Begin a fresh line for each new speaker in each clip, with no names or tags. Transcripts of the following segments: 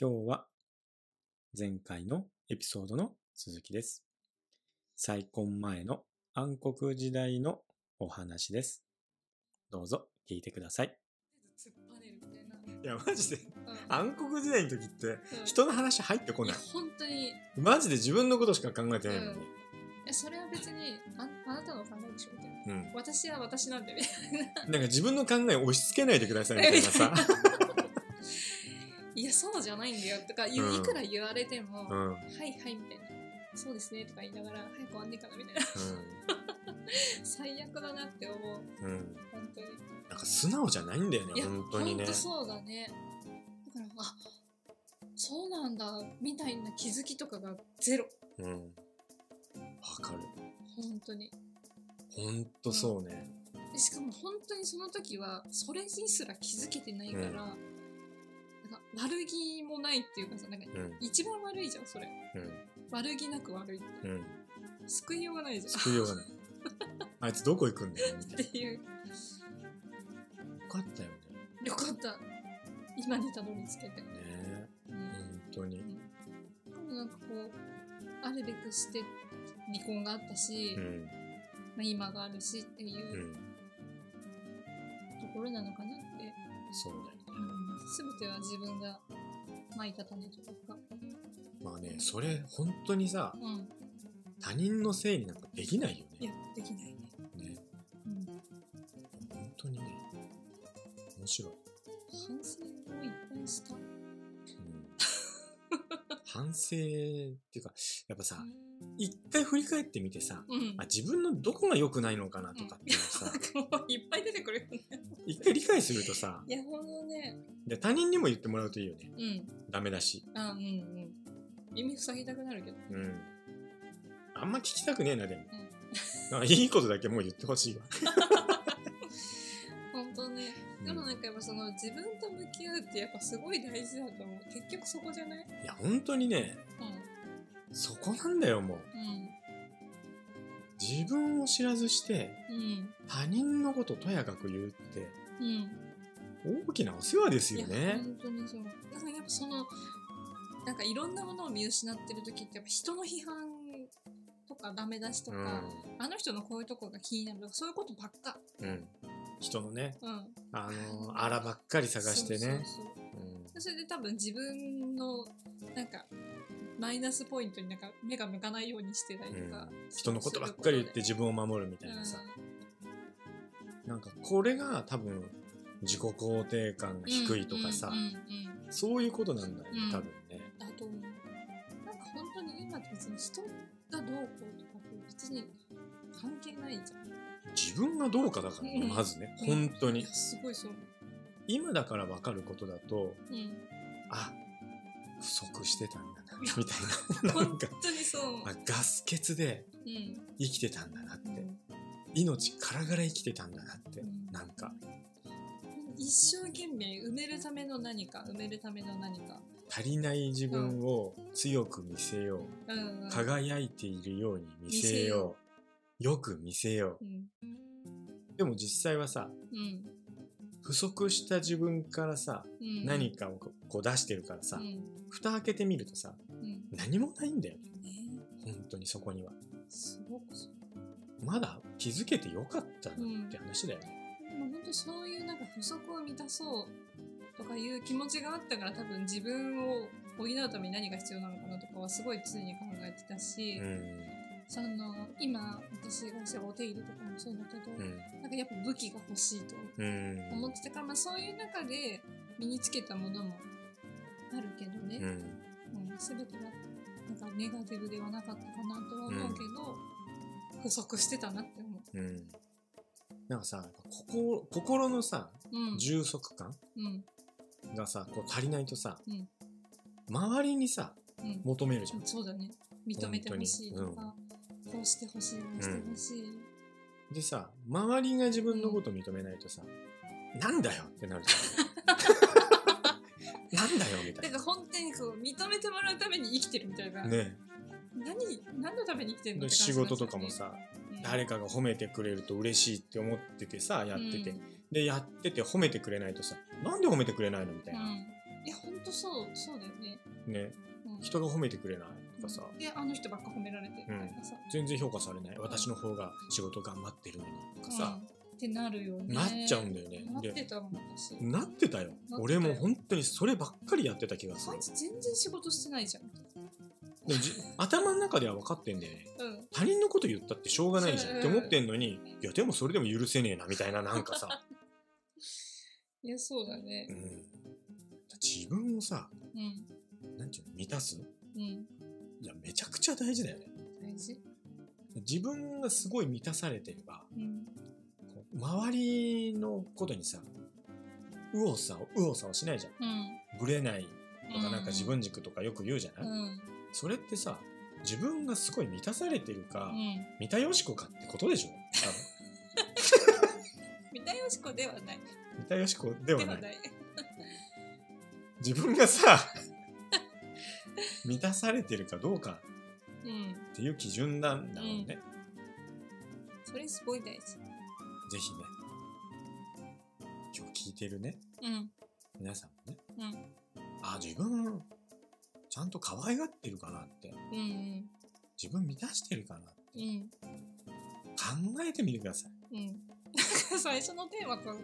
今日は前回のエピソードの続きです。再婚前の暗黒時代のお話です。どうぞ聞いてください。
突っ張れるみたいな。
いや、マジで。
うん
暗黒時代の時って
うん
人の話入ってこ
い
な
や
い。
本当に、い
マジで自分のことしか考えてないのに。
やそれは別にあ、あなたの考えでしょみたいな。
うん。
私は私なんでね。
なんか自分の考えを押し付けないでくださいみたいなさ。
いや、そうじゃないんだよとか、言う
うん
いくら言われても、
う
は
ん。うん。
いはいみたいな。そうですねとか言いながら、早く終わんねえかなみた いな。最悪だなって思う。
うん。
本当に。
なんか素直じゃないんだよ
い
ね、
や、
本当にね
ほんと。そうだね。だから、あそうなんだ、みたいな気づきとかがゼロ。
うん。わかる。
本当に。
ほんとそうね。
でしかも本当にその時は、それにすら気づけてないから、
うん
なんか悪気もないっていうかさ、なんか
うん。
一番悪いじゃん、それ。
うん。
悪気なく悪い。
うん。
救いようがないじゃん。
救いようがない。あいつどこ行くんだよ、みたいな。
っていう。
よかったよね。
よかった。今にたどり着けて。
ねえ
うん
本当に。
なんかこう、あるべくして離婚があったし、
うん。。
まあ、今があるしっていうううんところなのかなって、
そうだよね。
うん、全ては自分がまいた種というか、
まあね、それ、本当にさ、
うん、
他人のせいになんかできないよ
いや
ね。
できないね、
ね
うん、
本当にね。面白い。
反省をいっぱいした、
うん、反省っていうか、やっぱさ、一回振り返ってみてさ、
うん
あ、自分のどこが良くないのかなとかっていうの さ、
もういっぱい出てくるよね
一回理解するとさ、
いやほんとね
で他人にも言ってもらうといいよね。
うん
ダメだし。
あうんうん耳塞ぎたくなるけど
うん。あんま聞きたくねえな、でも
うん。
まあいいことだけもう言ってほしいわ。
ほんとねでもなんかやっぱその自分と向き合うってやっぱすごい大事だと思う結局そこじゃない
いや、本当にね、
う
そこなんだよ、もう。
ん
自分を知らずして、
うん
他人のこととやかく言うって、
うんうん
大きなお世話です
い
よ
や
ね。
本当にそう。だからやっぱその、なんかいろんなものを見失ってる時って、やっぱ人の批判とかダメ出しと
う
か、
ん。
あの人のこういうとこが気になるとか、そういうことばっか。
うん。人のね、
うん。
あの、あらばっかり探してね。
そうそ
う
う
ん
そうそれで多分自分の、なんか、マイナスポイントになんか目が向かないようにしてたりとか、
人のことばっかり言って
み
自分を守るみたいなさ。なんか、これが多分、自己肯定感が低いとかさ
うん、うんうん
そういうことなんだよね
う、ん
多分ね。
だと思う。なんか本当に今って別に人がどうこうとかって別に関係ないじゃん。
自分がどうかだからね、
うん
まずね、
う
本
ん
当
い
に
や、。すごいそう。
今だからわかることだと、
うん。
あ、不足してたんだな、みた いな。なん
本
か、
当にそう。
あガス欠で
うん。
生きてたんだなって。
うん
命からがら生きてたんだなって。
うん
なんか、
一生懸命埋めるための何か、埋めるための何か。
足りない自分を強く見せよう。
うん、うん。
輝いているように見せよう。よく見せよ
うん。
う。でも実際はさ、
うん。
不足した自分からさ、
うん。
何かをこうこう出してるからさ
う、ん。
蓋開けてみるとさ、
うん。
何もないんだよね。
ね
本当にそこには。
すごくそう。
まだ気づけてよかったなって話だよね。
でも本当そういうなんか不足を満たそうとかいう気持ちがあったから多分自分を補うために何が必要なのかなとかはすごい常に考えてたし、
うん。
その今私がしてるお手入れとかもそうだけど、
うん。
なんかやっぱ武器が欲しいと
うん。
思ってたから、まあ、そういう中で身につけたものもあるけどね、
う
うん
ん。
全てはなんかネガティブではなかったかなとは思うけど、不足してたなって思
うん。なんかさ、心、心のさ、
う。うん、
充足感
うん、
がさ、こう足りないとさ、
うん
周りにさ、
うん、
求めるじゃん。
そうだね認めてほしいとか、こうしてほしいこうしてほしい、
でさ、周りが自分のこと認めないとさ、なんだよってなるじゃん。なんだよ みた
ないんか本当にこう認めてもらうために生きてるみたいな、
な。ね。
何何のために生きてるの
で
って
仕事とかもさ、誰
か
かが褒めてくれると嬉しいって思っててさ、やってて。でやってて褒めてくれないとさなんで褒めてくれないのみた
う
い
ん
な、
いや本当そう、そうだよね。
ね、
うん、
人が褒めてくれないとかさ、
で、あの人ばっか褒められてみたいなさ。
全然評価されない。私の方が仕事頑張ってるのにとかさ、
うんってなるよね。
なっちゃうんだよね。
なって
で、
たもん、私。
なってたよ。
たよ
俺も本当にそればっかりやってた気がす
あ
る
い。つ全然仕事してないじゃん。
でも じ頭の中では分かってんだよね。
うん。
他人のこと言ったってしょうがないじゃ
そ
ん
う
って思ってんのに、いやでもそれでも許せねえなみたいななんかさ、
いや、そうだね
う。ん、自分をさ、
うん。
なんていうの、満たす
うん。
いやめちゃくちゃ大事だよね。
大事。
自分がすごい満たされてれば、
うん。
こう周りのことにさ、右往左往、右往左往しないじゃん。
うん。
ぶれないと
う
かなんか自分軸とかよく言うじゃ
う
ない、
ん。
それってさ、自分がすごい満たされてる
う
か、
ん。
三田よし子かってことでしょ多分
三田佳子ではない。
三田よし子で
で
は
は
ない。
ない。
自分がさ 満たされてるかどうか
うん。
っていう基準なんだろうね、
それすごい大事。
ぜひね今日聞いてるね
うん。
皆さんもね
うん。
あ自分ちゃんと可愛がってるかなって
うん。
自分満たしてるかなって
うん。
考えてみてください
うん。最初のテーマと、なんか、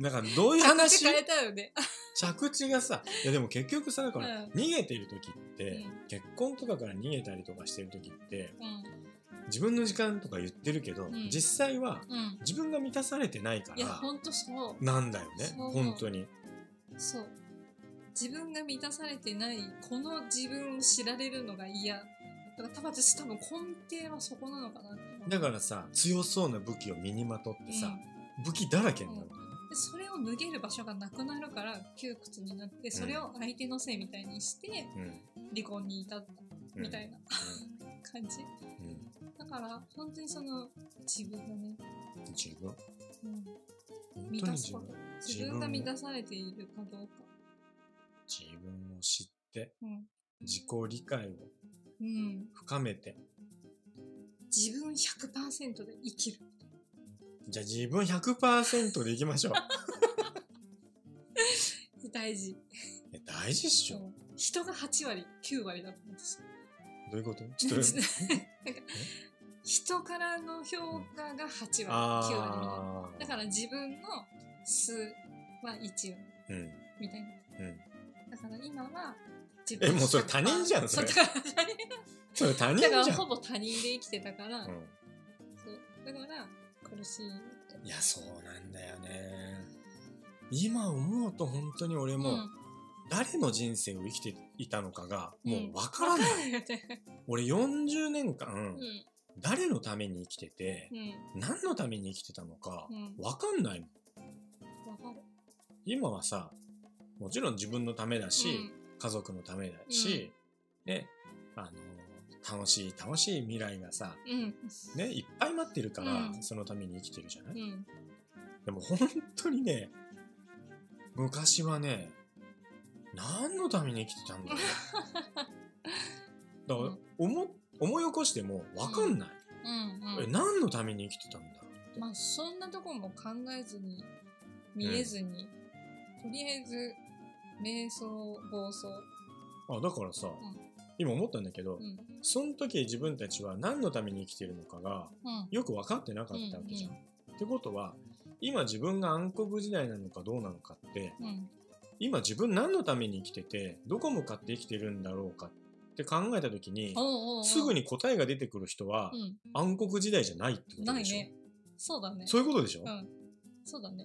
だからどういう話
着地変えたよね。
着地がさいやでも結局さだから
うん
逃げてる時って、
う
結婚とかから逃げたりとかしてる時って
うん。
自分の時間とか言ってるけど、
ん
実際は
うん。
自分が満たされてないか
いや、
ら
ほんとそう。
なんだよね
そう
本当に
そう。自分が満たされてない、この自分を知られるのが嫌。だから、多分私多分根底はそこなのかなって思う
だからさ強そうな武器を身にまとってさ、
うん
武器だらけになる、
でそれを脱げる場所がなくなるから窮屈になってそれを相手のせいみたいにして
うん
離婚に至った
うん
みたいな感じ
うんうん
だから本当にその自分がね、
自分
うん、
本当
満
に
たす
自
こ
分
と
自
自
分
分が満たされているかどうか
自分を知って
うん、
自己理解を
うん、
深めて
自分100%で生きる
じゃあ自分100%でいきましょう
大事
いや大事っしょ、
うん人が8割9割だと思うんですよ
どういうこと ちょっと
なんか人からの評価が8割9割みたいな
あ
だから自分の数は1割
あうん
みたいな
うん
だから今は自
えもうそれ他人じゃん
100%
それ
うだから他人
それ他人じ
だ
ゃん
からほぼ他人で生きてたから、
うん
そうだから苦しいって
いやそうなんだよね今思うと本当に俺も、
ん
誰の人生を生きていたのかがもうわから
わかん
ない、
ないよね
俺40年
う
間
ん
誰のために生きてて
う、ん
何のために生きてたのか
うん
わかんないもん
わかる
今はさもちろん自分のためだし、家族のためだし、ねあの楽しい楽しい未来がさ、
うんうん
ね、いっぱい待ってるから、
うん
そのために生きてるじゃない、
うん
でも本当にね昔はね何のために生きてたんだろう だから、
うん
思思い起こしても分かんない、
うんう
え
ん
何のために生きてたんだろうって、
まあそんなとこも考えずに見えずに、とりあえず瞑想暴走
あ、だからさ、
ん
今思ったんだけど、
うん
その時自分たちは何のために生きてるのかが
うん
よく分かってなかったわけじゃん。
う
ってことは今自分が暗黒時代なのかどうなのかって
うん
今自分何のために生きててどこ向かって生きてるんだろうかって考えた時に、
おうおうおう
すぐに答えが出てくる人は、
う
暗黒時代じゃないってこ
ん
と
な
で
い
しょ、
ねそうだね
そういうことでしょ、
うんそうだね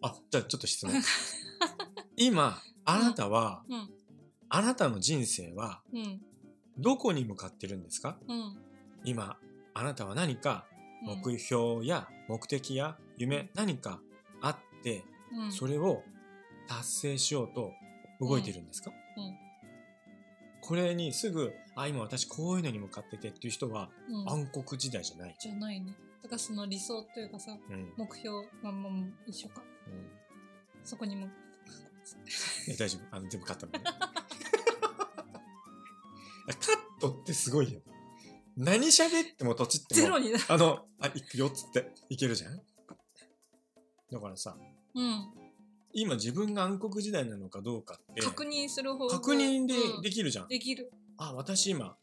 あ、じゃあちょっと 質問。今、あなたは、
うん
あなたの人生は
うん
どこに向かってるんですか
うん
今、あなたは何か
うん
目標や目的や夢、何かあって、
うん
それを達成しようと動いてるんですか、
うんうん
これにすぐ、あ、今私こういうのに向かっててっていう人は
うん
暗黒時代じゃない。
じゃないねだからその理想というかさ
うん。うん
目標まあまあ一緒かそこにも
え大丈夫。あの、全部カッ トなんでカットってすごいよ。何喋ってもとちっても。
ゼロになる
あの、あ、いくよっつって、いけるじゃんだからさ、
うん
今自分が暗黒時代なのかどうかって
確認する方法
確認で
うん
できるじゃん。
できる。
あ、私今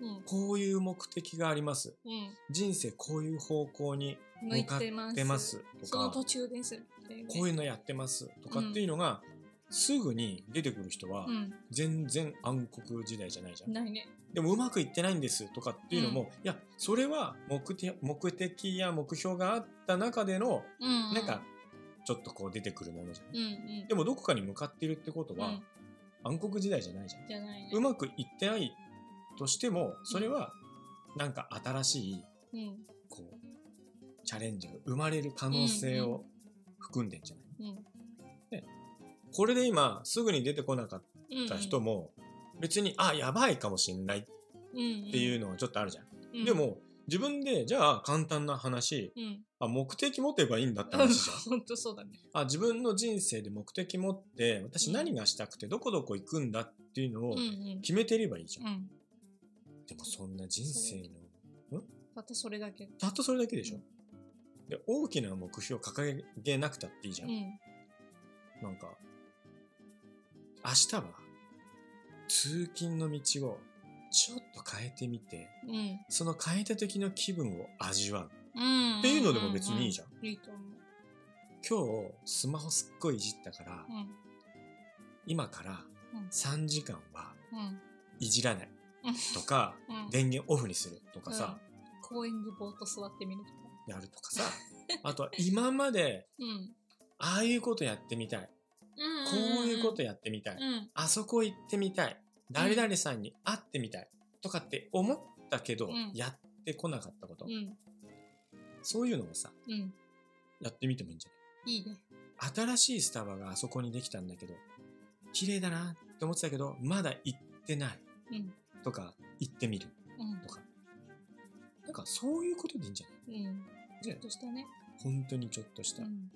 うん。
こういう目的があります。
うん。
人生こういう方向に
向い
向かって
ます。
出ますと
その
か、
途中ですっていうね。
こういうのやってますとかっていうのが、すぐに出てくる人は
うん。
全然暗黒時代じゃないじゃん。
ないね。
でもうまくいってないんですとかっていうのも、いや、それは目的目的や目標があった中での、
うん、うん。
なんか、ちょっとこう出てくるものじゃない。
うんうん。
でもどこかに向かってるってことは、
うん
暗黒時代じゃないじゃん。
じゃないね。
うまくいってないとしても、それはなんか新しい、
うん。
こう、チャレンジが生まれる可能性
うんう
を含んでんじゃない、
うん。
これで今、すぐに出てこなかっ
うん。
た人も、別に、あ、やばいかもしんないっ
うん。
ていううのがちょっとあるじゃん。
ん。うん
で、も、自分で、じゃあ簡単な話、
うん。
あ、目的持てばいいんだって話じ ゃん。
ほんとそうだね。
あ、自分の人生で目的持って、私何がしたくて、どこどこ行くんだっていうの
う
を
んうん。
決めてればいいじゃん。
うん。
でもそんな人生の、
たったそれだけ。
たったそれだけでしょ。で、大きな目標を掲げなくたっていいじ
う
ゃん。
ん。
なんか、明日は、通勤の道をちょっと変えてみて、
うん。
その変えた時の気分を味わう。
うん。
っていうのでも別にいいじゃん
ううん。いいと思う。
今日、スマホすっごいいじったから、
うん。
今から
うん
3時間は
うん。
いじらない
うん
とか、
うん。
電源オフにするとかさ、
公園でぼーっと座ってみるとか。
やるとかさ、あとは今まで、
うん。
ああいうことやってみたい。こ
うん。
ういうことやってみたい。
うん。
あそこ行ってみたい。誰々さんに会ってみたい。とかって思ったけど、
うん
やってこなかったこと、
うん。
そういうのもさ、
うん。
やってみてもいいんじゃ
いいね。
ない新しいスタバがあそこにできたんだけど、綺麗だなって思ってたけど、まだ行ってない。
うん。
とか、行ってみる。
うん。
なんかそういうことでいいんじゃない
うん。ち
ね
ょっとしたね。
本当にちょっとし
う
た。
ん。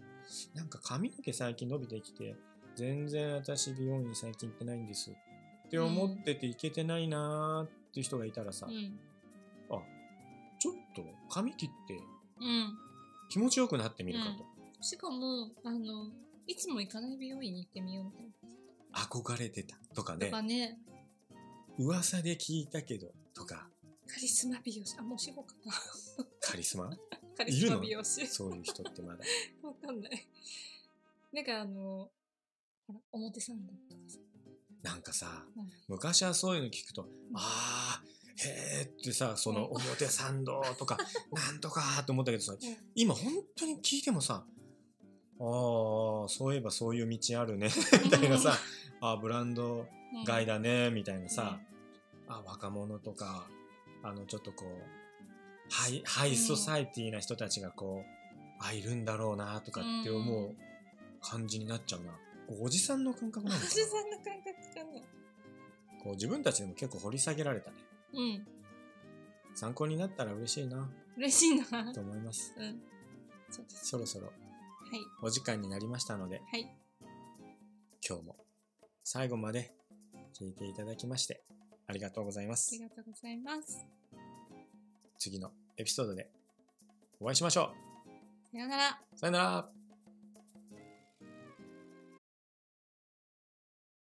なんか髪の毛最近伸びてきて、全然私美容院最近行ってないんです。って思ってて行けてないなーっていう人がいたらさ、
うん。
ちょっと髪切って
うん。
気持ちよくなってみるかと。
しかも、あの、いつも行かない美容院に行ってみようみたい
憧れてたとか
な。
ね
と、かね、
噂で聞いたけどとか、
カリスマ美容師。あ、もう死後か な。
カリスマ
カリスマ美容師。
そういう人ってま だ。
わかんない。なんかあの、ほら、表参道とかさ。
なんかさ、
うん
昔はそういうの聞くと、あー、へーってさ、その
う
表参道と か、なんとかーって思ったけどさ、
うん
今本当に聞いてもさ、あー、そういえばそういう道あるね、みたいなさ、あー、ブランド買いだね、みたいなさ、あ、若者とか、あの、ちょっとこう、ハイ、ハイソサイティな人たちがこう、あ、いるんだろうな、とかって思う感じになっちゃうな。おじさんの感覚
うん。
なのか
お
な
じさんの感覚かな。
こう自分たちでも結構掘り下げられたね。
うん。
参考になったら嬉しいな、
嬉しいな。
と思います。
うん。そうです。
そろそろ
はい。
お時間になりましたので、
はい。
今日も最後まで聞いていただきまして、ありがとうございま
あり
す。
がとうございます。
次のエピソードでお会いしましょ
さよなら。
う。さよなら。